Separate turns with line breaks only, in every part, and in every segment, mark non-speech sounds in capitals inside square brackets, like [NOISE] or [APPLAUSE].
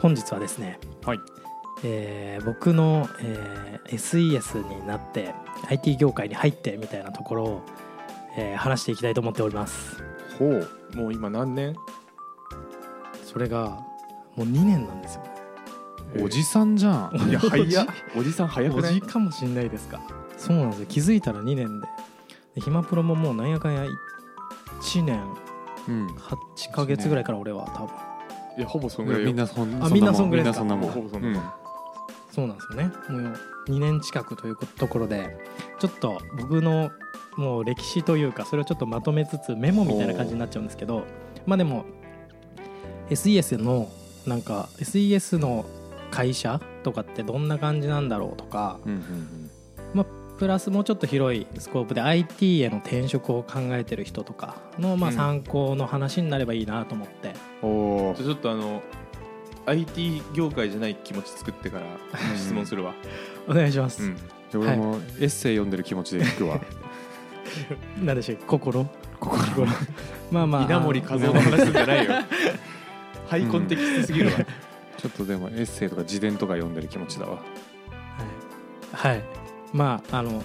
本日はですね、
はい
えー僕の、えー SES になって IT 業界に入ってみたいなところを、えー話していきたいと思っております
ほうもう今何年
それがもう2年なんですよ
おじさんじゃん
いや
おじ
早っおじさん早く
お
な
じ
い
かもしんないですかそうなんですよ気づいたら2年でで暇プロももうなんやかんや1年
うん
8ヶ月ぐらいから俺は多分
いやほぼそんぐらいよ
みんなそん
あ
みん
みんな
な
そ
そ
ん
ん
ぐら
ぐら
いで
い
すか
みんな
ほぼそ
そ
ん
ん
なも
なも
ん
ん、
そうなんですよねもう2年近くということころでちょっと僕のもう歴史というかそれをちょっとまとめつつメモみたいな感じになっちゃうんですけどまあでも SES のなんか SES の会社とかってどんな感じなんだろうとか
うんうん
プラスもうちょっと広いスコープで IT への転職を考えてる人とかのまあ
うん
参考の話になればいいなと思って、
お
じゃあちょっとあの IT 業界じゃない気持ち作ってから質問するわ、
お願いします、
うん
じゃあ俺もエッセイ読んでる気持ちでいくわ
なんでしょう心
ここから
心 [LAUGHS] まあまあ
稲森和夫の話すんじゃない
[LAUGHS]
よハイコンテキストすぎるわ、
ちょっとでもエッセイとか自伝とか読んでる気持ちだわ
はい、はい、まああの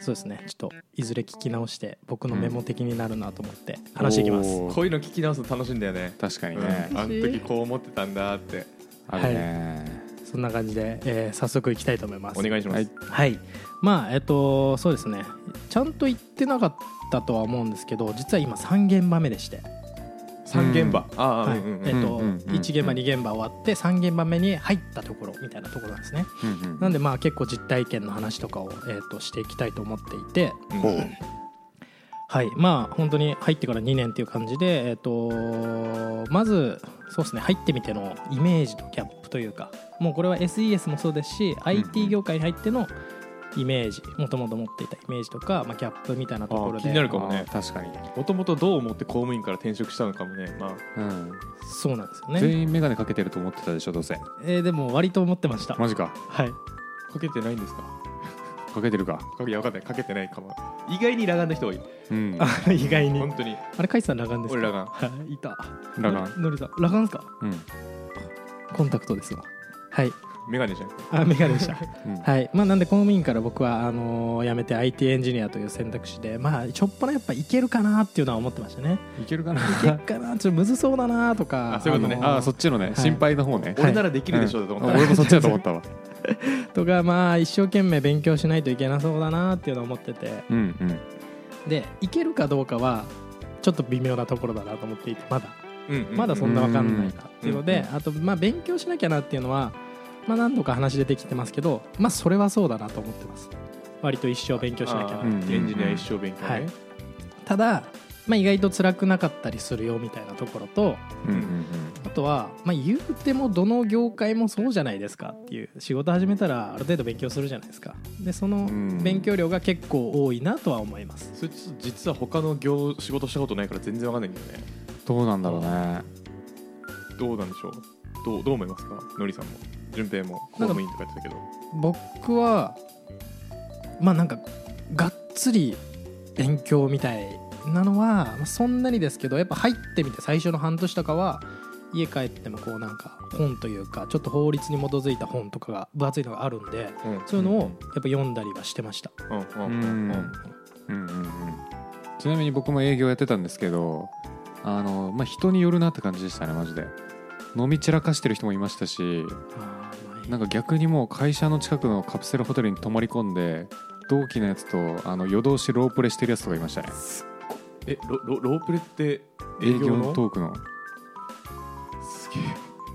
そうですねちょっといずれ聞き直して僕のメモ的になるなと思って話していきます、
おー
こういうの聞き直すの楽しいんだよね
確かに
うん
ね、
あの時こう思ってたんだって
あるね、
そんな感じで、えー早速いきたいと思います
お願いします、
はい
はいまあえっとそうですねちゃんと言ってなかったとは思うんですけど実は今3現場目でして、
三現場、ああ、
はい
うんうんうん
えっと
うんうんうんうん
1現場2現場終わって3現場目に入ったところみたいなところなんですね
うんうん
なんでまあ結構実体験の話とかを、えっとしていきたいと思っていて
ほう
はいまあ本当に入ってから2年っていう感じで、えっとまずそうですね入ってみてのイメージとギャップというかもうこれは SES もそうですし、IT 業界に入ってのイメージもともと持っていたイメージとか、まあ、ギャップみたいなところ
あ
で
気になるかもね
あー確かに、
もともとどう思って公務員から転職したのかもねまあ
うん
そうなんですよね、
全員眼鏡かけてると思ってたでしょどうせ
えーでも割と思ってました、
マジか
はい
かけてないんですか
かけてるか
かいや分かんないかけてないかも意外に裸眼な人多い
うん
あ意外に
本当に
あれカイさん裸眼ですか
俺裸
はいいた
ラガン
のりさん裸眼ですか
うん
コンタクトですわはい
眼鏡じゃん
あメガネでした
うん
はいまあ、なんで公務員から僕はあのー辞めて IT エンジニアという選択肢で、まあ、ちょっぱなやっぱいけるかなっていうのは思ってました
[LAUGHS]
ね。
いけるかない
けるかなちょっとむずそうだなとか
あそういうことね
のー
あーそっちのね、
はい
心配の方ね
俺ならできるでしょうだと思っ
うん
た
俺もそっちだと思ったわ
とか、まあ、一生懸命勉強しないといけなそうだなっていうのは思ってて
うんうん
でいけるかどうかはちょっと微妙なところだなと思っていてまだ
うんうんうん
まだそんな分かんないなっていうの
うん
で
う
あと、まあ、勉強しなきゃなっていうのは、まあ、何度か話出てきてますけど、まあ、それはそうだなと思ってます割と一生勉強しなきゃなっていう
あーエンジニア一生勉強ね、
はいただ、まあ、意外と辛くなかったりするよみたいなところと
うんうんうん
あとは、まあ、言うてもどの業界もそうじゃないですかっていう仕事始めたらある程度勉強するじゃないですかでその
うん
勉強量が結構多いなとは思います、
それちょっと実は他の業仕事したことないから全然わかんないんだよね
どうなんだろうね
どうなんでしょうどうどう思いますかのりさんも順平も公務員とか言ってたけど
僕はまあなんかがっつり勉強みたいなのはまあそんなにですけどやっぱ入ってみて最初の半年とかは家帰ってもこうなんか本というかちょっと法律に基づいた本とかが分厚いのがあるんで
うん
そういうのをやっぱ読んだりはしてました。
うんうんうんうん
うんうんうんちなみに僕も営業やってたんですけどあの、まあ、人によるなって感じでしたねマジで飲み散らかしてる人もいましたしなんか逆にもう会社の近くのカプセルホテルに泊まり込んで同期のやつとあの夜通しロープレしてるやつとかいましたね
えロロロープレって営
営
業
業
の
のトークの
すげえ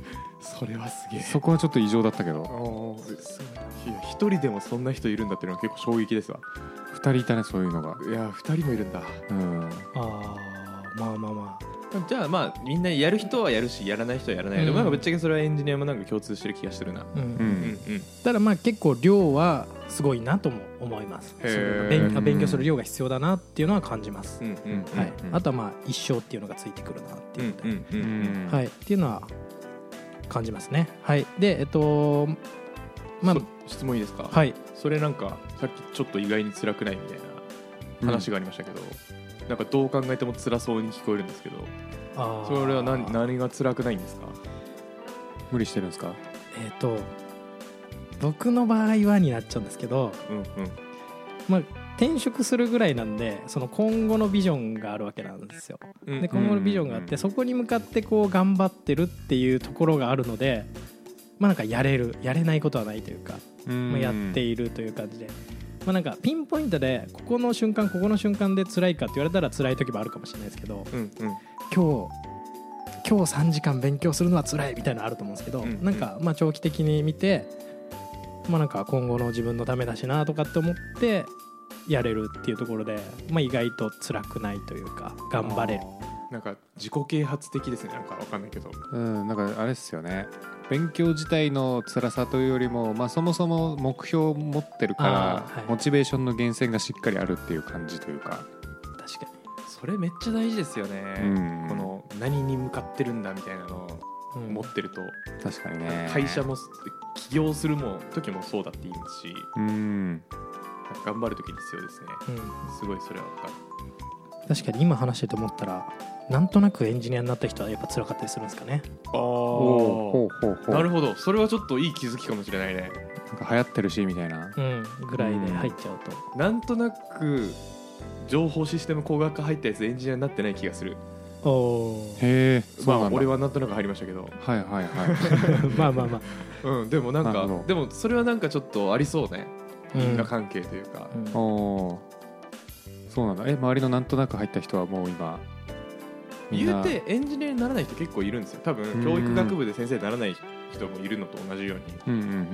[LAUGHS] それはすげえ
そこはちょっと異常だったけど
いや一人でもそんな人いるんだっていうのは結構衝撃ですわ
2人いたねそういうのが
いや二人もいるんだ
うん
あーまあまあま
じゃあまあみんなやる人はやるしやらない人はやらない、
うん
でもなんかぶっちゃけそれはエンジニアもなんか共通してる気がしてるな
あ、う、
うんん
うん
ただまあ結構量はすごいなとも思います
へー
その勉勉強する量が必要だなっていうのは感じます、
うんうん
うん
はい
うん
あとはまあ一生っていうのがついてくるなって
う
いうんので、
うんう
うんん
はい、っていうのは感じますねはいでえっとま
そ質問いいですか
あはい
それなんかさっきちょっと意外に辛くないみたいな話がありましたけど、なんかどう考えても辛そうに聞こえるんですけど
あー
それは何何が辛くないんですか
無理してるんですか
えっ、と僕の場合はになっちゃうんですけど、
うんうん
まあ、転職するぐらいなんでその今後のビジョンがあるわけなんですよ。
うん
で今後のビジョンがあっ
うんうんう
て
ん
そこに向かってこう頑張ってるっていうところがあるのでまあなんかやれるやれないことはないというか、まあ、やっているという感じで、まあ、なんかピンポイントでここの瞬間ここの瞬間で辛いかって言われたら辛い時もあるかもしれないですけど
うんうん
今日今日3時間勉強するのは辛いみたいなのあると思うんですけど、
うんうん
なんかまあ長期的に見て、まあ、なんか今後の自分のためだしなとかって思ってやれるっていうところで、まあ、意外と辛くないというか頑張れる。
なんか自己啓発的ですねなんかわかんないけど
うん、なんかあれですよね勉強自体の辛さというよりも、まあ、そもそも目標を持ってるから、
あーはい
モチベーションの源泉がしっかりあるっていう感じというか、
確かに
それめっちゃ大事ですよね、
うん
この何に向かってるんだみたいなのを
うん
持ってると、
確かにね
会社も起業するも時もそうだって言いますし
うん
頑張る時に必要ですね
うん
すごいそれはわかる
確かに今話してて思ったらなんとなくエンジニアになった人はやっぱ辛かったりするんですかね
あー
おうほうほうほう
なるほどそれはちょっといい気づきかもしれないね
なんか流行ってるしみたいな、
うんぐらいで入っちゃうと、
なんとなく情報システム工学科入ったやつエンジニアになってない気がする
おおー
[LAUGHS]
へえ
ま
そう
あ
なんだ、
俺はなんとなく入りましたけど、
はいはいは
まあまあまあ、
うん、でもなん
な
か
るほど
でもそれはなんかちょっとありそうね
うん
因果関係というか、 [LAUGHS]
うん
いおーそうなんだえ周りのなんとなく入った人はもう今みん
言
な
うてエンジニアにならない人結構いるんですよ多
う
分
ん
教育学部で先生にならない人もいるのと同じよう
うんうんうん、
うん
に、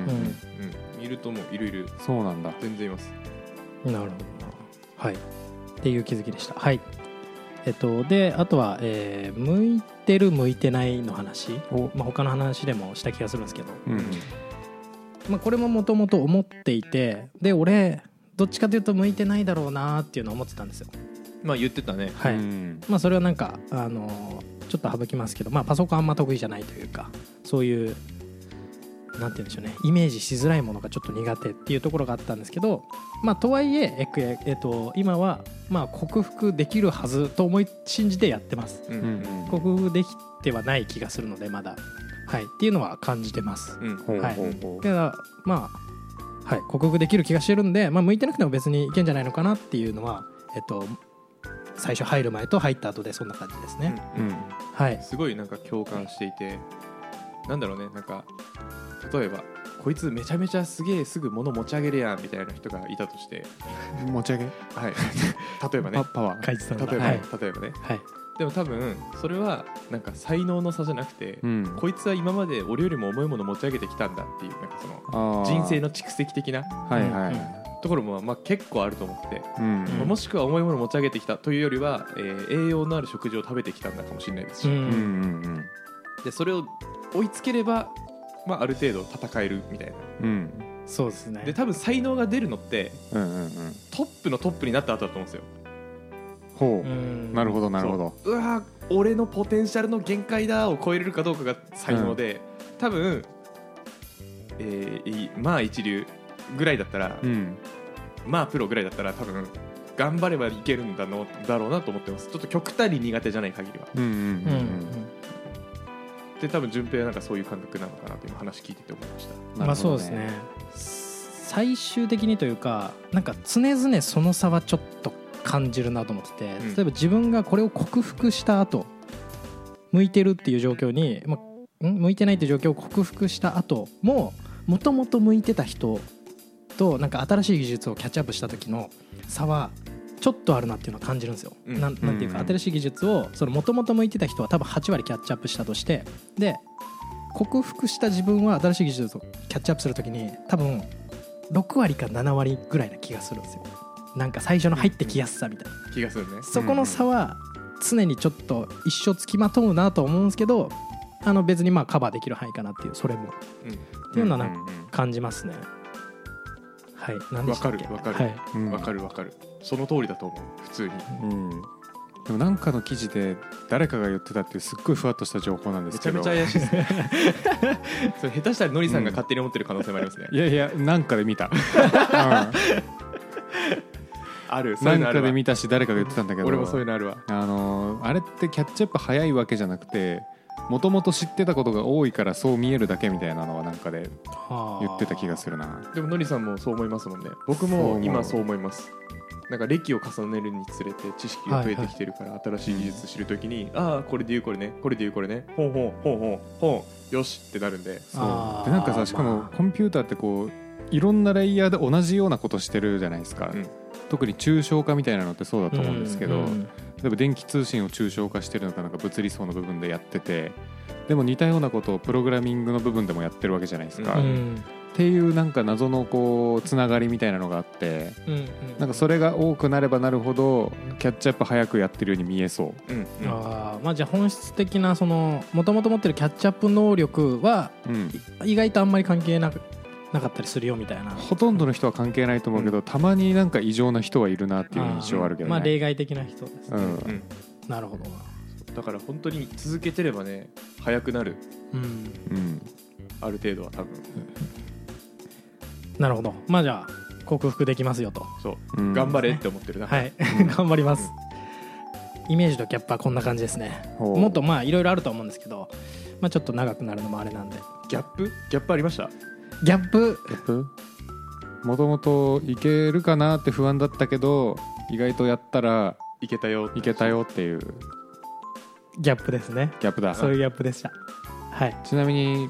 うん、いると思ういるいる
そうなんだ
全然います
なるほどなはいっていう気づきでしたはいえっとであとは、えー向いてる向いてないの話を、まあ、他の話でもした気がするんですけど、
うんうん
まあ、これももともと思っていてで俺どっちかというと向いてないだろうなーっていうのを思ってたんですよ
まあ言ってたね
はい、
うん
まあ、それはなんか、あのーちょっと省きますけど、まあ、パソコンあんま得意じゃないというかそういうなんて言うんでしょうねイメージしづらいものがちょっと苦手っていうところがあったんですけど、まあ、とはいええっくええっと、今は、まあ、克服できるはずと思い信じてやってます
うん
う
うんん
克服できてはない気がするのでまだ、はい、っていうのは感じてます
うん
ほう
はい
ほうほう
だからまあ、はい、克服できる気がしてるんで、まあ、向いてなくても別にいけんじゃないのかなっていうのは、えっと、最初入る前と入った後でそんな感じですね、
うん
うん
はい
すごいなんか共感していてなんだろうねなんか例えばこいつめちゃめちゃすげえすぐ物持ち上げるやんみたいな人がいたとして、
持ち上げ
はい、例えばね
パパワー
書いてたんだ
[LAUGHS] 例えば、
はい、
例えばね
はい、
でも多分それはなんか才能の差じゃなくて、
うん
こいつは今まで俺よりも重いもの持ち上げてきたんだっていうなんかその
あー
人生の蓄積的な
はいは
うん
い
ところもまあ結構あると思って、
うん
うん
もしくは重いもの持ち上げてきたというよりは、えー栄養のある食事を食べてきたんだかもしれないですし、
うんうん
でそれを追いつければ、まあ、ある程度戦えるみたいな
うんうん
そうですね
で多分才能が出るのって
うんうんうん
トップのトップになった後だと思うんですよ
ほう、
ん
なるほどなるほど
うわー俺のポテンシャルの限界だを超えれるかどうかが才能で、多分、えーいまあ一流ぐらいだったら、
うん
まあプロぐらいだったら多分頑張ればいけるんだのだろうなと思ってますちょっと極端に苦手じゃない限りは
うんうん
う
うんん
う
うんん
で多分順平はなんかそういう感覚なのかなと今話聞いてて思いました
まあそうですね最終的にというかなんか常々その差はちょっと感じるなと思ってて、
ん
例えば自分がこれを克服した後向いてるっていう状況に、まあ、ん向いてないっていう状況を克服した後ももともと向いてた人となんか新しい技術をキャッチアップした時の差はちょっとあるなっていうのは感じるんですよ。
うん
なんなんていうか
うんうん
新しい技術をもともと向いてた人は多分8割キャッチアップしたとしてで克服した自分は新しい技術をキャッチアップするときに多分6割か7割ぐらいな気がするんですよなんか最初の入ってきやすさみたいな
気がするね
そこの差は常にちょっと一生つきまとうなと思うんですけどあの別にまあカバーできる範囲かなっていうそれもっていうのはなんか感じますねはい何でしたっけ
わかるわか
は
る
い
うん
わかるわかるその通りだと思う普通に
うんでもなんかの記事で誰かが言ってたっていうすっごいふわっとした情報なん
め
です
ちゃ
け
め
ど
ちゃ怪しいですね [LAUGHS] それ下手したらノリさんが勝手に思ってる可能性もありますね、
いやいやなんかで見た、う
ある
ん、
そういう
な
んのある
か
わ
で見たし誰かが言ってたんだけど
俺もそういうのあるわ
あのーあれってキャッチアップ早いわけじゃなくてもともと知ってたことが多いからそう見えるだけみたいなのはなんかで言
言
ってた気がす
る
るな
でものりさんもそう思いますもんね僕
そう思
も
う
今そう思いますなんか歴を重ねるにつれて知識が増えてきてるから、新しい技術知るときに、ああこれで言うこれねこれで言うこれねほんほんほんほんほんよしってなるんで
そ
あ
う
ー
でなんかさしかも
まあ
コンピューターってこういろんなレイヤーで同じようなことしてるじゃないですか、
うん
特に抽象化みたいなのってそうだと思うんですけど、
うんうん
例えば電気通信を抽象化してるのかなんか物理層の部分でやっててでも似たようなことをプログラミングの部分でもやってるわけじゃないですか、
う
うん
っていうなんか謎のこうつながりみたいなのがあって
うんうん
なんかそれが多くなればなるほどキャッチアップ早くやってるように見えそう
うんうん
あーまあじゃあ本質的なそのもともと持ってるキャッチアップ能力は
うん
い意外とあんまり関係なくなかったりするよみたいな
ほとんどの人は関係ないと思うけど、たまになんか異常な人はいるなっていう印象はあるけどね。
まあ例外的な人です
う
ね、
ん
うん
なるほどな
だから本当に続けてればね早くなる
うん
うん
ある程度は多分
なるほどまあじゃあ克服できますよと
そう、
うん
頑張れって思ってるな、
はい [LAUGHS] 頑張りますイメージとキャップはこんな感じですね
ほう
もっとまあいろいろあると思うんですけどまあちょっと長くなるのもあれなんで
ギャップギャップありました
ギャップ
ギャップもともといけるかなって不安だったけど意外とやったら
いけたよ
いけたよっていう
ギャップですね
ギャップだ
そういうギャップでしたはい
ちなみに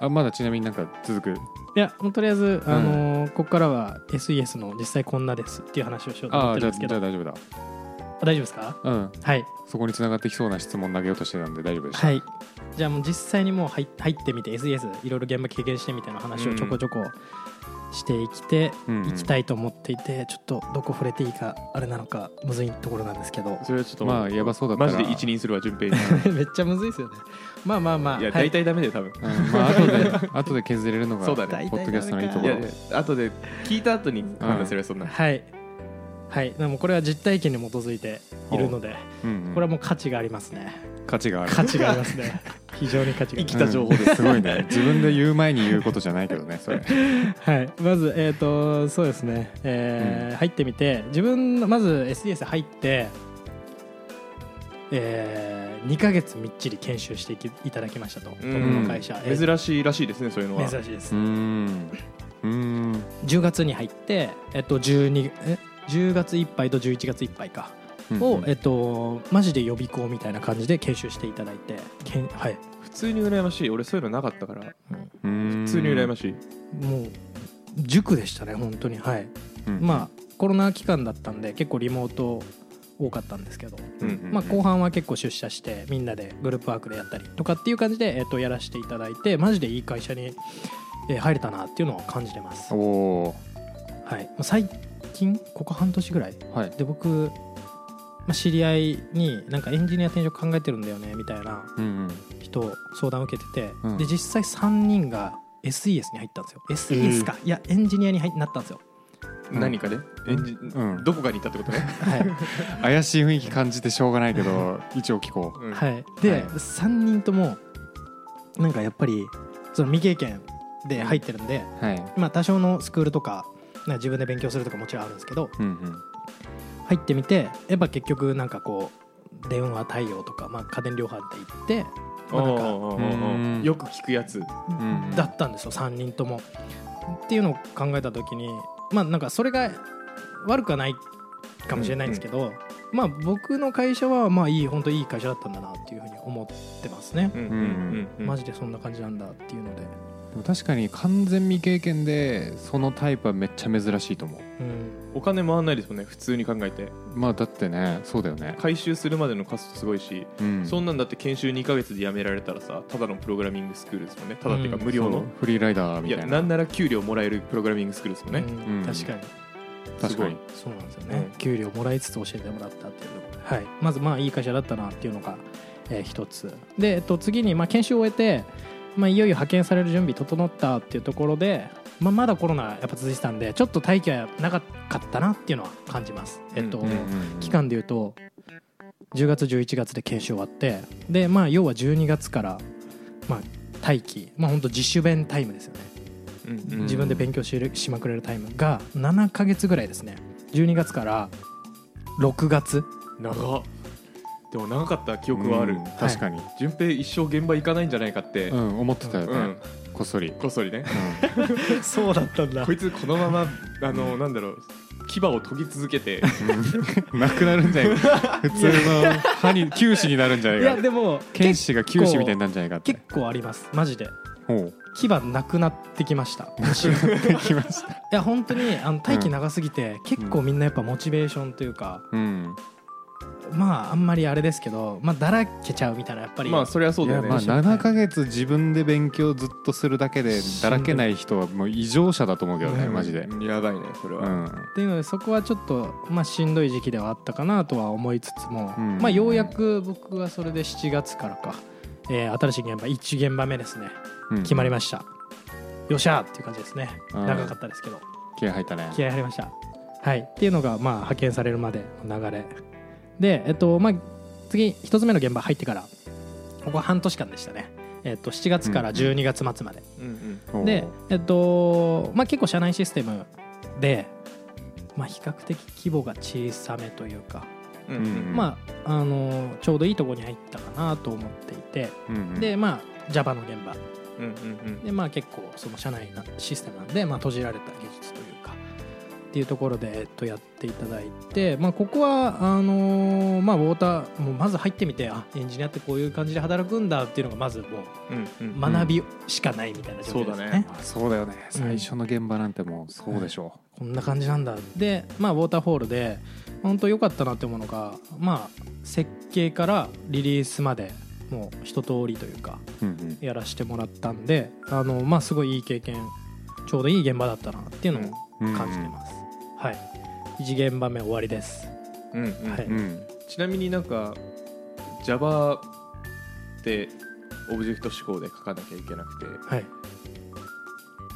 あまだちなみになんか続く
いやもうとりあえず、あのーここからは SES の実際こんなですっていう話をしようと思
あ
っ
あ
て
じ
るんですけ
ゃあじゃ
ど
あ大丈夫だ
あ大丈夫ですか
うん
はい
そこに繋がってきそうな質問投げようとしてたんで大丈夫でした、
はいじゃあもう実際にもう入入ってみて SES いろいろ現場経験してみたいな話をちょこちょこしていきて、
うんうん
いきたいと思っていてちょっとどこ触れていいかあれなのかむずいところなんですけ
[LAUGHS]
ど
それはちょっと
まあやばそうだったら
マジで一任するわ順平に
めっちゃむずいですよねまあまあまあ
いや
はい
大体ダメだよ多分
うんまあ後で後で削れるのが
そう
ポ
だ
ッ
ね
ドキャストのいいとこ
い
ろ
やいや後で聞いた後に判断するよそんな
はいはいでもこれは実体験に基づいているので
うんうん
これはもう価値がありますね
価値がある
価値があります
[LAUGHS]
ね非常に価値があります
生きた情報です
うんすごいね自分で言う前に言うことじゃないけどねそれ
はい、まず、えー、とそうですね、えー入ってみて自分のまず SDS 入って、え2ヶ月みっちり研修していきいただきましたと、僕の会社、えー
珍しいらしいですね [LAUGHS] そういうのは
珍しいです、
うーんうーん
10月に入って、えっと12え10月いっぱいと11月いっぱいかを、えっとマジで予備校みたいな感じで研修していただいてけん、はい、
普通に羨ましい俺そういうのなかったから
普
普通に羨ま
しい
しい
もう塾でしたね本当にはい、まあコロナ期間だったんで結構リモート多かったんですけど
うん
まあ、後半は結構出社してみんなでグループワークでやったりとかっていう感じで、えっとやらせていただいてマジでいい会社に、えー入れたなっていうのは感じてます、
お
は
お
い、最近ここ半年ぐらい
ーはい
で僕、まあ、知り合いになんかエンジニア転職考えてるんだよねみたいな
うんうん
人相談受けてて、
うん
で実際3人が SES に入ったんですよ SES か、いやエンジニアに入なったんですよ、
うん
何かでエンジ
うん
どこかにいたってことね
[LAUGHS] はい
怪しい雰囲気感じてしょうがないけど一応聞こ
うん
はい、で、
はい
3人ともなんかやっぱりその未経験で入ってるんで、
うはい
まあ、多少のスクールとかなんか自分で勉強するとかもちろんあるんですけど
うんうん
入ってみてやっぱ結局なんかこう電話対応とか、まあ、家電量販店行って、まあ、なんか
おーおーおーおー
うん
よく聞くやつ
んうん
だったんですよ3人とも。っていうのを考えた時にまあなんかそれが悪くはないかもしれないんですけど、まあ僕の会社はまあいい本当いい会社だったんだなっていうふうに思ってますね。
うんうん
マジでそんな感じなんだっていうので、
でも確かに完全未経験でそのタイプはめっちゃ珍しいと思う
うん、
お金回んないですもんね普通に考えて
まあだってねそうだよね
回収するまでのコストすごいし
うん
そんなんだって研修2か月で辞められたらさただのプログラミングスクールですもんねただっていうか
うん
無料の
そうフリーライダー
い
みた
や
い
な
なん
なら給料もらえるプログラミングスクールですもんね
うん
うん
確かに
確かに
そうなんですよ
うん
ね、給料もらいつつ教えてもらったっていうのが、はい、まずまあいい会社だったなっていうのが、えー一つで、えっと、次にまあ研修を終えて、まあ、いよいよ派遣される準備整ったっていうところで、まあ、まだコロナやっぱ続いてたんでちょっと待機はなかったなっていうのは感じます、えっと
うんうん
期間でいうと10月11月で研修終わってで、まあ、要は12月から、まあ、待機、まあ、本当自主弁タイムですよね
うんうん
自分で勉強しるしまくれるタイムが7ヶ月ぐらいですね12月から6月
長っでも長かった記憶はある
うん確かに、
順平一生現場行かないんじゃないかって、
う
うん
ん思ってたよね、こっそり、
こっそりね
[LAUGHS] そうだったんだ
こいつこのままあのなんだろう牙を研ぎ続けて
うん [LAUGHS] なくなるんじゃないか普通の歯に臼歯になるんじゃ
い
ない
や
か
でも
剣士が臼歯みたいになるんじゃないかって
結構ありますマジで
ほう
牙なくなってきま
[LAUGHS]
したむしろい
できました
や本当にあの待機長すぎて、結構みんなやっぱモチベーションというか、
うん
まああんまりあれですけどまあだらけちゃうみたいなやっぱり、
まあそりゃそうだよね
いやまあ7か月自分で勉強ずっとするだけでだらけない人はもう異常者だと思うけどね
うん
マジで
やばいねそれ
う
は、
ん
っていうのでそこはちょっと、まあ、しんどい時期ではあったかなとは思いつつも、
うん
まあ、ようやく僕はそれで7月からか、えー新しい現場1現場目ですね
うん
決まりました、よっしゃーっていう感じですね
うん
長かったですけど
気合入ったね
気合入りましたはいっていうのがまあ派遣されるまでの流れでえっとまあ次1つ目の現場入ってからここは半年間でしたねえっと7月から12月末まで、
うんうん
おう
でえっとまあ結構社内システムでまあ比較的規模が小さめというか、
うん
うんうん
まああのちょうどいいとこに入ったかなと思っていて、
うんうん
でまあ Java の現場
うんうん
でまあ結構その社内なシステムなんで、まあ、閉じられた技術というかっていうところで、えっと、やっていただいて、まあ、ここはあのーまあ、ウォーターもうまず入ってみてあエンジニアってこういう感じで働くんだっていうのがまずも
うんうんうん
う学びしかないみたいな状況です
そう
ね,、
だね
まあそうだよね最初の現場なんてもうそうでしょ
こんな感じなんだで、まあ、ウォーターホールで本当良かったなって思うのが、まあ、設計からリリースまでもう一通りというか
ううん
やらせてもらったんであの、まあ、すごいいい経験ちょうどいい現場だったなっていうのを
うん
感じてます、はい1現場目終わりです
うんうん
はい
うん
ちなみになんか Java ってオブジェクト指向で書かなきゃいけなくて
はい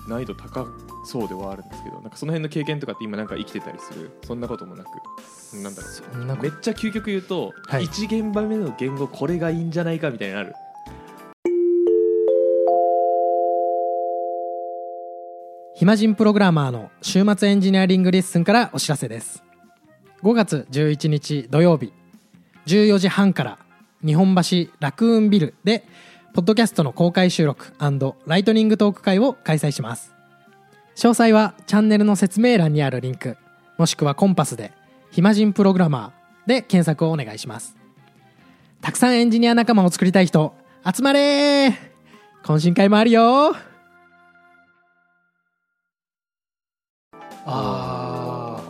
難易度高そうではあるんですけどなんかその辺の経験とかって今なんか生きてたりするそんなこともなくなんだろう
そんなこ
めっちゃ究極言うと、
はい
一1現場目の言語これがいいんじゃないかみたいなのある
暇人プログラマーの週末エンジニアリングレッスンからお知らせです5月11日土曜日14時半から日本橋ラクーンビルでポッドキャストの公開収録ライトニングトーク会を開催します詳細はチャンネルの説明欄にあるリンクもしくはコンパスで「暇人プログラマー」で検索をお願いしますたくさんエンジニア仲間を作りたい人集まれー懇親会もあるよーあ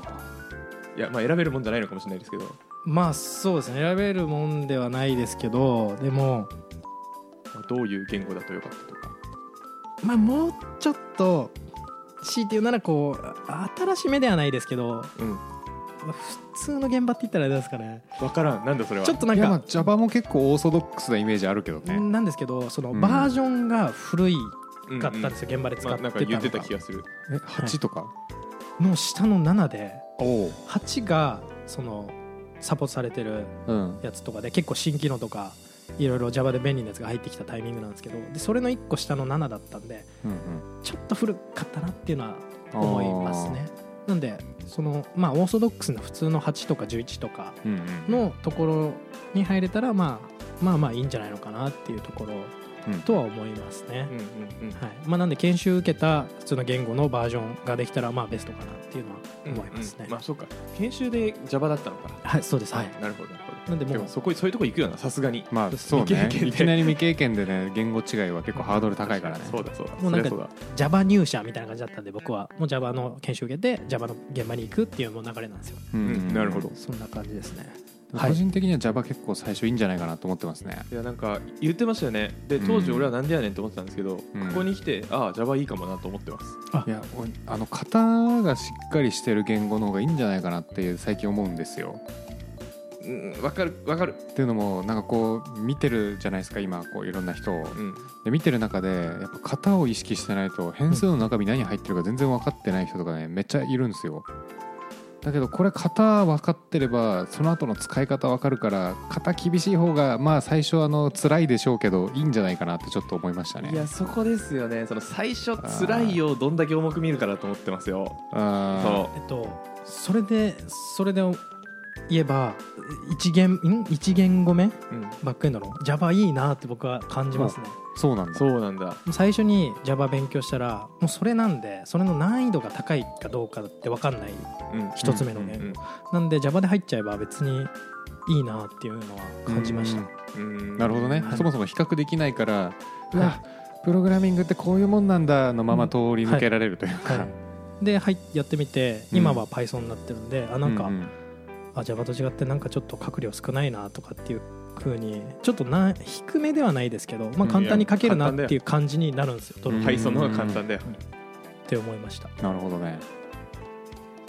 ー
いやまあ選べるもんじゃないのかもしれないですけど
まあそうですね選べるもんではないですけどでも、
まあどういう言語だとよかったとか
まあ、もうちょっと強いて言うならこう新しめではないですけど
うん
普通の現場って言ったらあれですかね
分からんなんだそれは
ちょっとないん
やま
か
あ Java も結構オーソドックスなイメージあるけどね
なんですけどその
うん
バージョンが古い
うん
かったんですよ現場で使っ
まあ、
て
なんか言って
た
た
の
気がする
え8とか
の下の7で
おう
8がそのサポートされてる
うん
やつとかで結構新機能とかいろいろ Java で便利なやつが入ってきたタイミングなんですけどでそれの1個下の7だったんで
うんうん
ちょっと古かったなっていうのは思いますねなんでそのまあオーソドックスな普通の8とか11とか
うんうん
のところに入れたら、まあ、まあまあいいんじゃないのかなっていうところ
うん
とは思いますね
うん、うんうん
はいまあ、なんで研修受けた普通の言語のバージョンができたらまあベストかなっていうのは思いますね、
うんうんまあそうか研修で Java だったのか
はいそうですはい
なるほどなるほど
なんでもう
でもそこそういうとこ行くよなさすがに
まあそう
未
ね
経験で
いきなり未経験でね言語違いは結構ハードル高いからね
そうだそうだ
もうなんか
そりゃ
Java 入社みたいな感じだったんで僕はもう Java の研修受けて Java の現場に行くっていうもう流れなんですよ
うん
うんなるほど
そんな感じですねはい
個人的には Java 結構最初いいんじゃないかなと思ってますね
いやなんか言ってましたよねで
うん
当時俺はなんでやねんと思ってたんですけど、
ん
ここに来てああ Java いいかもなと思ってます
いや俺あの型がしっかりしてる言語の方がいいんじゃないかなって最近思うんですよ
うんわかるわかる
っていうのもなんかこう見てるじゃないですか今こういろんな人を
うん
で見てる中でやっぱ型を意識してないと変数の中身何入ってるか全然分かってない人とかねめっちゃいるんですよだけどこれ型分かってればその後の使い方分かるから型厳しい方がまあ最初あの辛いでしょうけどいいんじゃないかなってちょっと思いましたね
いやそこですよねその最初辛いよどんだけ重く見るからと思ってますよ
あー
そ
えっとそれでそれで言えば1言ん一言語目
うん、
バックエンドの Java いいなって僕は感じますね
そうなんだ
そうなんだ
最初に Java 勉強したらもうそれなんでそれの難易度が高いかどうかって分かんない
うん
一つ目のね、なんで Java で入っちゃえば別にいいなっていうのは感じました
うん
うん
なるほどね、
はい
そもそも比較できないからう
は
わプログラミングってこういうもんなんだのまま通り
うんは
抜
い
けられるというか、
はい、で、はい、やってみて
うん
今は Python になってるんで、あなんか、
ううん
あ Java と違ってなんかちょっと書く量少ないなとかっていう風にちょっとな低めではないですけど、まあ、簡単に書けるなっていう感じになるんですよ、どの
うん
っ
パイソンの方が簡単だよ、
て思いました、
なるほどね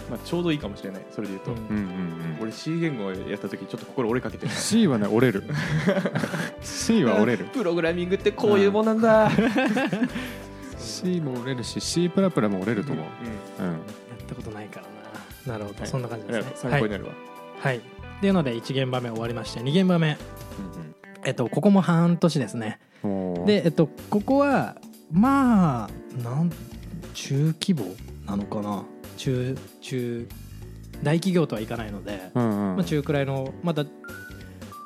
まあ、ちょうどいいかもしれないそれで言うと、
うん
うんうんうん
俺 C 言語をやった時ちょっと心折れかけてる
C はね折れる C は折れる
プログラミングってこういうもんなんだ、
C も折れるし C プラプラも折れると思う、うん
やったことないからななるほど、
はい
そんな感じ
うん、
で
いや
すね
参考になるわ、
はい、はい、っていうので1現場目終わりまして2現場目
うん
えっとここも半年ですね
おー
でえっとここはまあなん中規模なのかな中中大企業とはいかないので、
うんうん
まあ、中くらいのまだま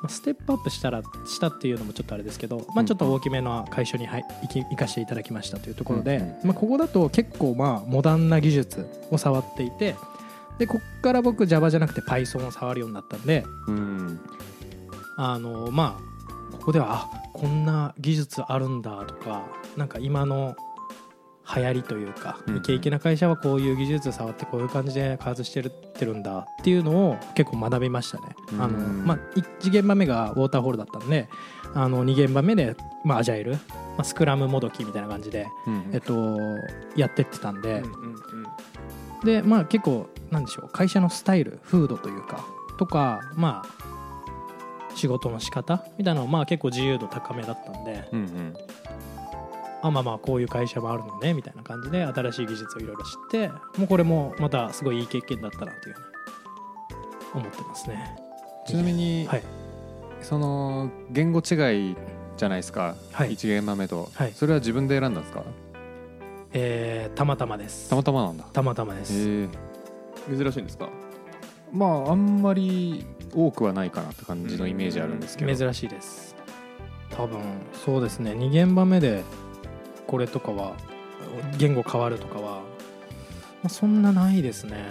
あステップアップしたらしたっていうのもちょっとあれですけど、まあ、ちょっと大きめの会社にはい行き行かせていただきましたというところで、
うんうん
まあ、ここだと結構まあモダンな技術を触っていてでこっから僕 Java じゃなくて Python を触るようになったんで
うん
あのまあここではあこんな技術あるんだとかなんか今の流行りというか、
うん
イケイケな会社はこういう技術触ってこういう感じで開発してるってるんだっていうのを結構学びましたね。あの
うん
まあ、1現場目がウォーターホールだったんであの2現場目で、まあ、アジャイル、まあ、スクラムもどきみたいな感じで、
うん
えっと、やってってたんで、
うんうんうん
でまあ結構なんでしょう会社のスタイル風土というかとかまあ仕事の仕方みたいなのはまあ結構自由度高めだったんで、
うんうん
あまあまあこういう会社もあるのねみたいな感じで新しい技術をいろいろ知ってもうこれもまたすごいいい経験だったなというふうに思ってますね
ちなみに、
はい
その言語違いじゃないですか、
はい
一元豆と、
はい
それは自分で選んだんですか
えーたまたまです
たまたまなんだ
たまたまで
へ
す、
え
珍しいんですか
まああんまり多くはないかなって感じのイメージあるんですけど、
珍しいです多分そうですね2現場目でこれとかは言語変わるとかは、まあ、そんなないですね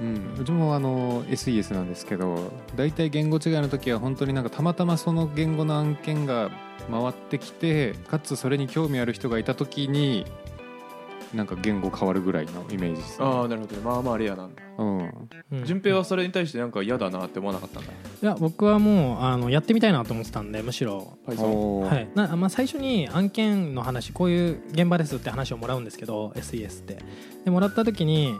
うん、うちもあの SES なんですけど大体言語違いの時は本当になんかたまたまその言語の案件が回ってきてかつそれに興味ある人がいた時になんか言語変わるぐらいのイメージです、ね、
ああなるほどねまあまあレアなんだ
うん
うん
順平はそれに対してなんか嫌だなって思わなかったんだ
いや僕はもうあのやってみたいなと思ってたんでむしろ、
パイソン
おー
はいなまあ、最初に案件の話こういう現場ですって話をもらうんですけど SES ってでもらった時に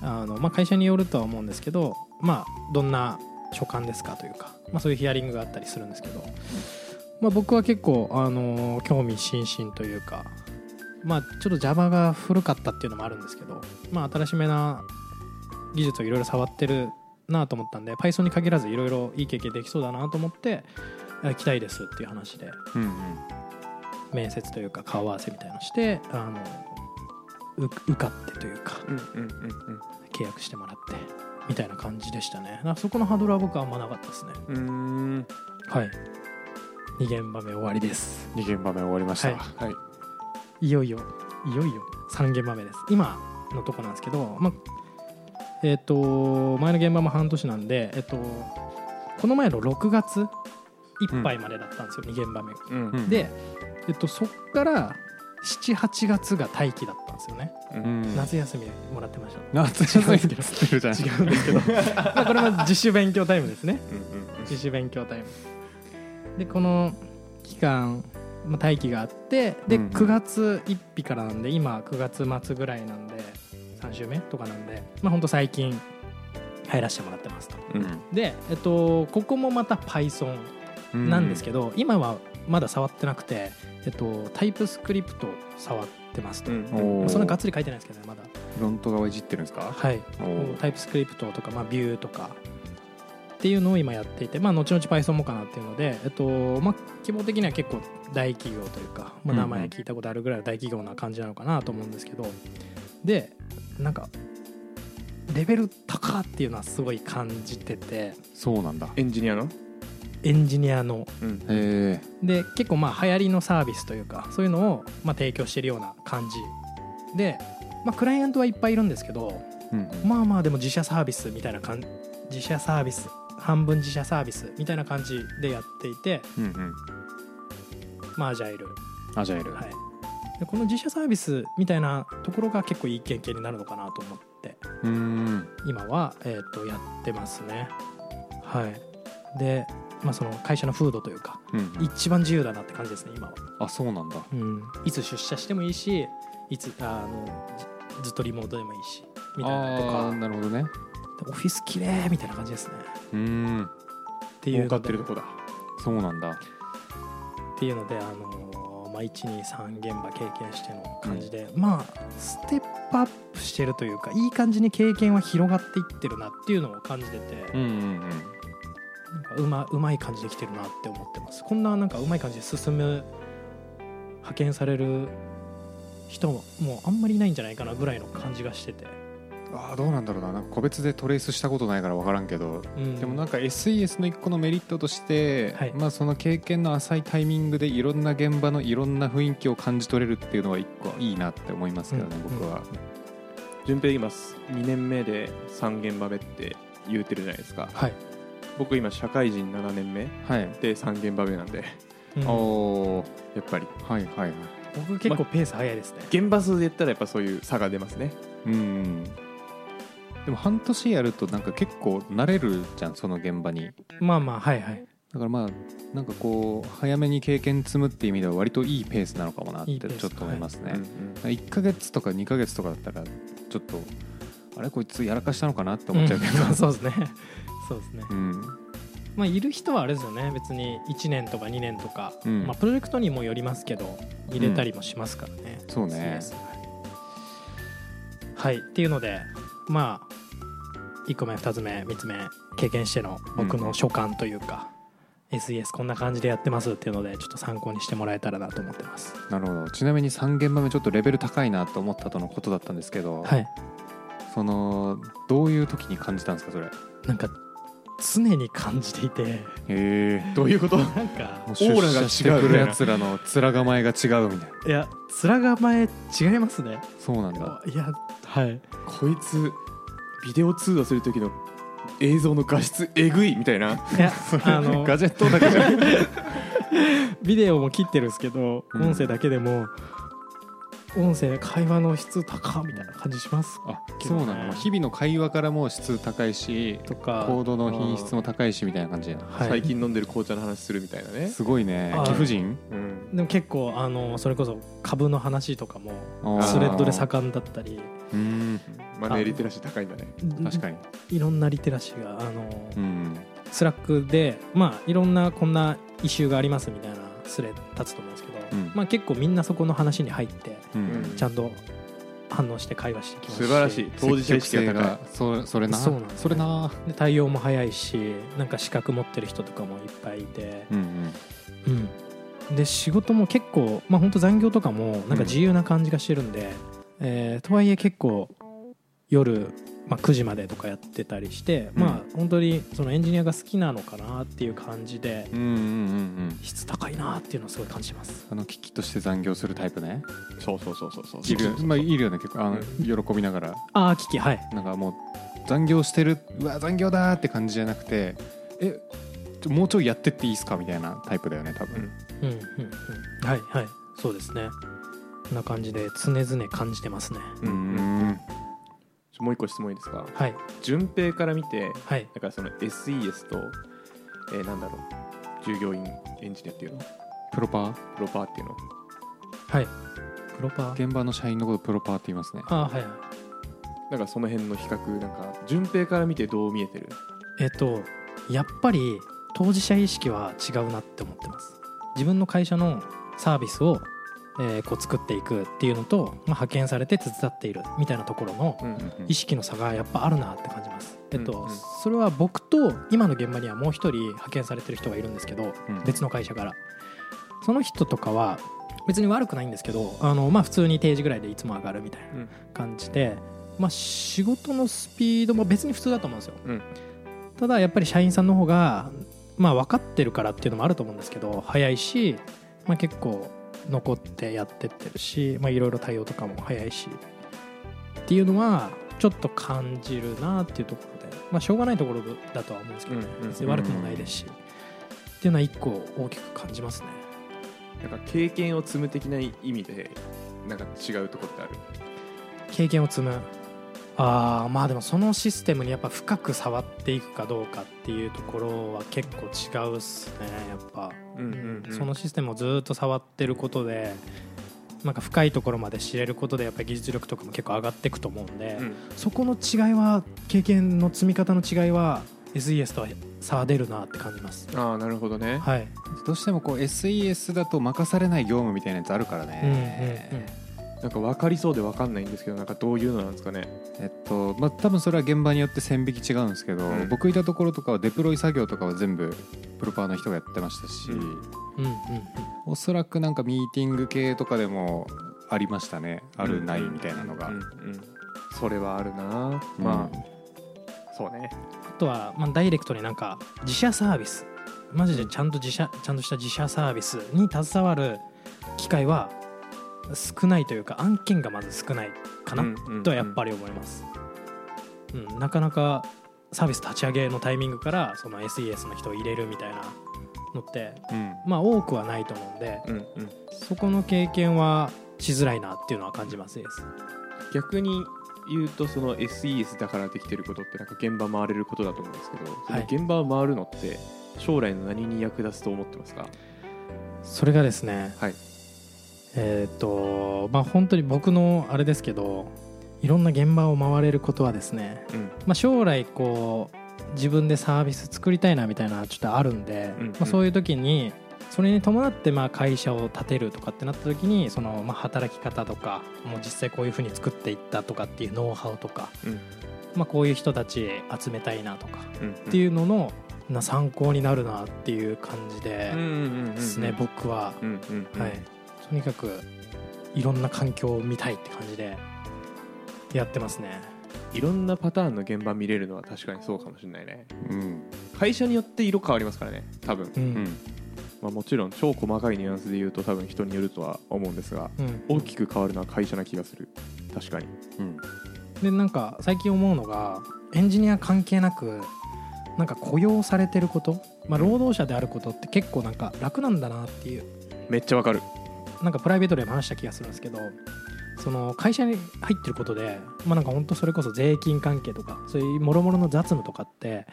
あの、まあ、会社によるとは思うんですけど、まあ、どんな所感ですかというか、まあ、そういうヒアリングがあったりするんですけど、まあ、僕は結構、あの興味津々というか、まあ、ちょっと Java が古かったっていうのもあるんですけど、まあ、新しめな技術をいろいろ触ってるなと思ったんで Python に限らずいろいろいい経験できそうだなと思ってあ行きたいですっていう話で
うんうん
面接というか顔合わせみたいのしてあのう受かってというか
うんうんうん
契約してもらってみたいな感じでしたねだからそこのハードルは僕はあんまなかったですね
うんうーん
はい2現場目終わりです
二現場目終わりま [LAUGHS] した、
はい
はい
いよいよいよいよ3現場目です今のとこなんですけど、まあえっと前の現場も半年なんで、えっとこの前の6月いっぱいまでだったんですよ、2現場目が
うん
うん
で、えっと、そっから78月が待機だったんですよね、
うん
夏休みもらってました
夏休みってつってるじゃん
違うんですけどまあこれも自主勉強タイムです
[LAUGHS]
ね
うんうん
自主勉強タイムでこの期間、まあ、待機があってで
うんうん
9月1日からなんで今9月末ぐらいなんで3週目とかなんでまあほんと最近入らせてもらってますとで、えっと、ここもまた Python [LAUGHS] なんですけ
ど、
ど、今はまだ触ってなくて、えっと、タイプスクリプト触ってますと、
うん
おー
そんながっつり書いてないですけどねまだ
フロント側いじってるんですか
はい
おー
タイプスクリプトとか、まあ、ビューとかっていうのを今やっていて、まあ、後々 Python もかなっていうので、えっとまあ、希望的には結構大企業というか、まあ、名
うん
前
うん
聞いたことあるぐらいの大企業な感じなのかなと思うんですけど、でなんかレベル高っていうのはすごい感じてて
そうなんだへ
エンジニアの
エンジニアの
うん
え
で結構まあ流行りのサービスというかそういうのをまあ提供してるような感じで、まあ、クライアントはいっぱいいるんですけど
うんうん
まあまあでも自社サービスみたいな感じ自社サービス半分自社サービスみたいな感じでやっていて
うんうん
まあアジャイル、
アジャイル、
はい、でこの自社サービスみたいなところが結構いい経験になるのかなと思って
うーん
今は、えー、とやってますねはいで、まあ、その会社の風土というか
うんうん
一番自由だなって感じですね今は、
あそうなんだ
うん、いつ出社してもいいしいつあのずずっとリモートでもいいしみたいなと
あー
か
なるほどね
オフィス綺麗みたいな感じですね
うーん
っていう
儲
の
か
で
ってるとこだ
そうなんだ
っていうので、あのーまあ、123現場経験しての感じで、まあステップアップしてるというかいい感じに経験は広がっていってるなっていうのを感じてて、
うんうんう
な
ん
んかうまうまい感じできてるなって思ってますこんななんかうまい感じで進む派遣される人ももうあんまりいないんじゃないかなぐらいの感じがしてて、
あーどうなんだろうななんか個別でトレースしたことないから分からんけど
うん
でもなんか SES の一個のメリットとして、
はい
まあ、その経験の浅いタイミングでいろんな現場のいろんな雰囲気を感じ取れるっていうのは一個いいなって思いますけどね、
うん
僕は、
順平今2年目で3現場目って言うてるじゃないですか
はい、
僕今社会人7年目
はい、
で3現場目なんで
うん
おお
やっぱり
はいはいはい
僕結構ペース早いですね、
現場数で言ったらやっぱそういう差が出ますね
うんうんでも半年やるとなんか結構慣れるじゃんその現場に
まあまあはいはい
だからまあなんかこう早めに経験積むっていう意味では割といいペースなのかもなって
いい
ち
ペース
ょっと思いますね、
うんうん
1ヶ月とか2ヶ月とかだったらちょっとあれこいつやらかしたのかなって思っちゃうけど、
ん [LAUGHS] そうですねそうですね
うん
まあ、いる人はあれですよね別に1年とか2年とか、
うん
まあ、プロジェクトにもよりますけど入れたりもしますからね、
そうね
ですはいっていうのでまあ1個目2つ目3つ目経験しての僕の所感というか、SES こんな感じでやってますっていうのでちょっと参考にしてもらえたらなと思ってます
なるほどちなみに3現場目ちょっとレベル高いなと思ったとのことだったんですけど、
はい
そのどういう時に感じたんですかそれへ
なんか常に感じていて
え
どういうこと
なんか
もう
オ
出
ーラが違う
社してくるやつらの面構えが違うみたいない
や面構え違いますね
そうなんだ
いやはい
こいつビデオ通話する時の映像の画質えぐいみたいない
[LAUGHS]
やあの
ガジェットだけじゃん
ビデオも切ってるんですけど、
うん
音声だけでも音声会話の質高みたいな感じします
あそうなんだもう日々の会話からもう質高いし
とか
行動の品質も高いしみたいな感じな
はい
最近飲んでる紅茶の話するみたいなね、
すごいね
あー
貴婦人
うん、
でも結構あのそれこそ株の話とかも
あー
スレッドで盛んだったり
うん
マネーリテラシー高いんだね
確かに
いろんなリテラシーがあの、
うん
スラックでまあいろんなこんなイシューがありますみたいなスレ立つと思うんですけど、
うん
まあ結構みんなそこの話に入って
うん
うん
ちゃんと反応して会話してきます
素晴らしい当事者意識が高い
そそれな
そうなんだ
それな
で対応も早いしなんか資格持ってる人とかもいっぱいいて、
うんうん
うん、で仕事も結構まあ本当残業とかもなんか自由な感じがしてるんで、えーとはいえ結構夜、まあ、9時までとかやってたりして、
うん
まあ本当にそのエンジニアが好きなのかなっていう感じで
うんうんうんうん
質高いなっていうのをすごい感じてます
あの危機として残業するタイプね
そうそうそうそうそう
いるよまあいるよね結構あの
う
喜びながら
ああ危機はい
なんかもう残業してるうわ残業だーって感じじゃなくてえちょもうちょいやってっていいっすかみたいなタイプだよね多分
うんうんうんはいはいそうですねこんな感じで常々感じてますね
う
うん
うん
ん
ちょもう一個質問いいですか
はい
順平から見て
はい
だからその SES と、えーなんだろう従業員エンジニアっていうの
プロパー
プロパーっていうの
はいプロパー
現場の社員のことプロパーって言いますね
ああはい
なんかその辺の比較なんか順平から見てどう見えてる
えっとやっぱり当事者意識は違うなって思ってます自分の会社のサービスを、えーこう作っていくっていうのと、まあ、派遣されて手伝っているみたいなところの
うん
うんうん
意識の差がやっぱあるなって感じます、えっと
うんうん
それは僕と今の現場にはもう一人派遣されてる人がいるんですけど
うん
別の会社からその人とかは別に悪くないんですけどあの、まあ、普通に定時ぐらいでいつも上がるみたいな感じでまあ、仕事のスピードも別に普通だと思うんですよ、
うん
ただやっぱり社員さんの方が、まあ、分かってるからっていうのもあると思うんですけど早いし、まあ、結構残ってやってってるしまあいろいろ対応とかも早いしっていうのはちょっと感じるなっていうところで、まあ、しょうがないところだとは思うんですけど、ね
うんうん
別に悪くもないですし、っていうのは一個大きく感じますね
なんか経験を積む的な意味でなんか違うところってある
経験を積むあーまあでもそのシステムにやっぱ深く触っていくかどうかっていうところは結構違うっすねやっぱ、
うん
そのシステムをずーっと触ってることでなんか深いところまで知れることでやっぱ技術力とかも結構上がっていくと思うんで、
うん
そこの違いは経験の積み方の違いは SES とは差は出るなって感じます
ああなるほどね
はい
どうしてもこう SES だと任されない業務みたいなやつあるからね、
うんうんうん
なんか分かりそうで分かんないんですけどなんかどういうのなんですかね
えっとまあ多分それは現場によって線引き違うんですけど、
うん
僕いたところとかはデプロイ作業とかは全部プロパーの人がやってましたし、
うん
うんうん
おそらくなんかミーティング系とかでもありましたねあるない
うん
みたいなのが、
うんうんそれはあるな
うん
まあそうね
あとは、まあ、ダイレクトになんか自社サービスマジでちゃんと自社、ちゃんとした自社サービスに携わる機会は少ないというか案件がまず少ないかな、とはやっぱ
り
り思います、うんなかなかサービス立ち上げのタイミングからその SES の人を入れるみたいなのって
うん
まあ多くはないと思うんで
うんうん
そこの経験はしづらいなっていうのは感じますです
逆に言うとその SES だからできてることってなんか現場回れることだと思うんですけど、そ
は
の
い
現場を回るのって将来の何に役立つと思ってますか
それがですね、
はい
えっ、とまあ本当に僕のあれですけどいろんな現場を回れることはですね、
うん
まあ、将来こう自分でサービス作りたいなみたいなちょっとあるんで、
うんうん
まあ、そういう時にそれに伴ってまあ会社を建てるとかってなった時にそのまあ働き方とかもう実際こういうふうに作っていったとかっていうノウハウとか、
うん
まあ、こういう人たち集めたいなとか
うん
っていううののな参考になるなっていう感じでで
です
ね、僕は。
うんうんうん
はい、とにかくいろんな環境を見たいって感じでやってますね
いろんなパターンの現場見れるのは確かにそうかもしれないね
うん
会社によって色変わりますからね多分、
うん
うん
まあ、もちろん超細かいニュアンスで言うと多分人によるとは思うんですが
うん
大きく変わるのは会社な気がする確かに
うん
でなんか最近思うのがエンジニア関係なくなんか雇用されてること、まあ、労働者であることって結構なんか楽なんだなっていう
めっちゃわかる
なんかプライベートでも話した気がするんですけどその会社に入ってることで、まあ、なんか本当それこそ税金関係とかそういう諸々の雑務とかって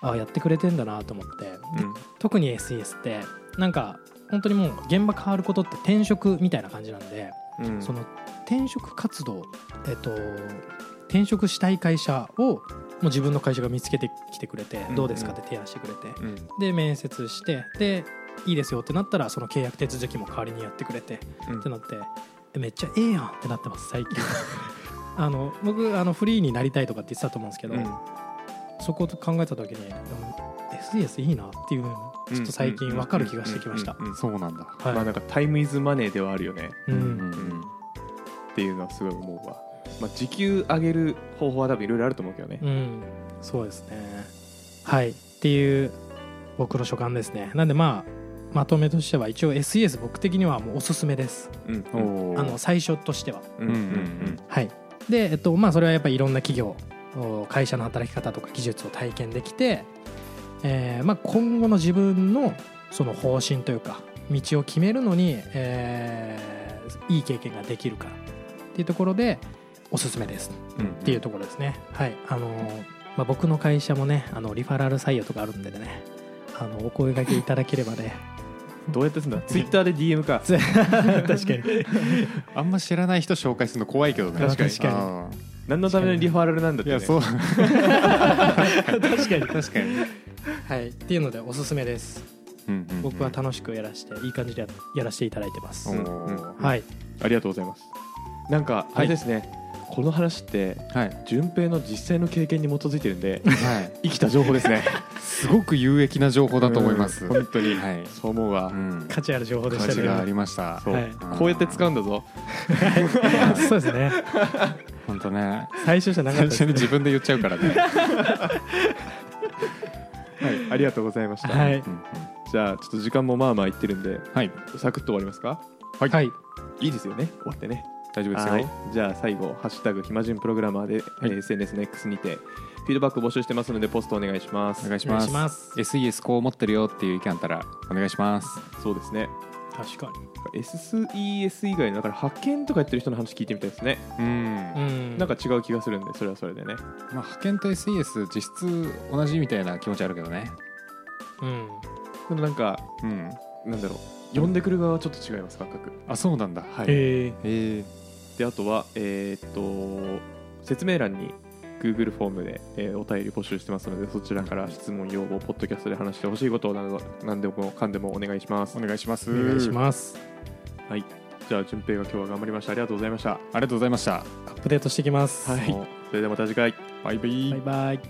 ああやってくれてんだなと思って、特に SES ってなんか本当にもう現場変わることって転職みたいな感じなんで、
うん、うん、
その転職活動、えっと、転職したい会社をもう自分の会社が見つけてきてくれて、
うん
どうですかって提案してくれて
うん
で面接してでいいですよってなったらその契約手続きも代わりにやってくれて
うん
ってなってえめっちゃええやんってなってます最近
[LAUGHS]
あの僕あのフリーになりたいとかって言ってたと思うんですけど、
うん
そこと考えた時にでも SES いいなっていうのちょっと最近分かる気がしてきました
うんうんうんうん
そうなんだ
はい
まあなんかタイムイズマネーではあるよね
う
うん
ん
うん
っていうのはすごい思うわ、まあ、時給上げる方法は多分いろいろあると思うけどね、
うんそうですねはいっていう僕の所感ですねなんでまあまとめとしては一応 SES 僕的にはもうおすすめです
うん
おお
あの最初としては
うん
うんうん
はいでえっとまあそれはやっぱりいろんな企業お会社の働き方とか技術を体験できて、えーまあ、今後の自分のその方針というか道を決めるのに、えーいい経験ができるからっていうところでおすすめです
うん
っていうところですね、はいあのーまあ、僕の会社もねあのリファラル採用とかあるんでねあのお声掛けいただければね
どうやってすんだツイッターで DM か
つ [LAUGHS] 確かに
あんま知らない人紹介するの怖いけどね
確かに
確
あ
何のためのリファラルなんだっ
ーい
て、ね、
やそう
確かに
確かに
はいっていうのでおすすめです僕は楽しくやらしていい感じでややらせていただいてます、
ん
は
はい
ありがとうございますなんかあれですね、この話って
い
順平の実際の経験に基づいてるんで
はい
生きた情報ですね
すごく有益な情報だと思います
うん本当に、
はい
そう思うわ、
うん
価値ある情報でし
価
た
値
ね
がありました
そう
はい [LAUGHS]
こうやって使うんだぞ
そうですね
本当ね
最初じゃなかったで
最初
す
に
ね
自分で言っちゃうか
[LAUGHS]
らね、
はい、ありがとうございました、
はい
うんうん
じゃあちょっと時間もまあまあいってるんで
はい
サクッと終わりますか
はい
はい
いいですよね終わってね
大丈夫ですよ
はいじゃあ最後「ハッシュタグ暇人プログラマーで」えー SNS の X にてフィードバック募集してますのでポストお願いします
お願いし
お願
ま
い
す
します
SES こう思ってるよっていう意見あったらお願いします
そうですね
確かに
SES 以外のだから派遣とかやってる人の話聞いてみたいですね、
うん、
うん
なんか違う気がするんでそれはそれでね
まあ、派遣と SES 実質同じみたいな気持ちあるけどね
うん
でもなんか
うん
なんだろう呼んでくる側はちょっと違います感覚
あそうなんだはいえ
えー
え
であとはえーっと説明欄に Google フォームで、えーお便り募集してますのでそちらから質問要望ポッドキャストで話してほしいことなど何でもかんでもお願いします
お願いします
お願いします
はいじゃあ順平が今日は頑張りましたありがとうございました
ありがとうございました
アップデートしてきます
はい
もう
それではまた次回
バイバイ
バイバイ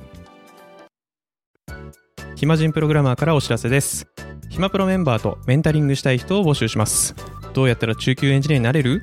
暇人プログラマーからお知らせです暇プロメンバーとメンタリングしたい人を募集しますどうやったら中級エンジニアになれる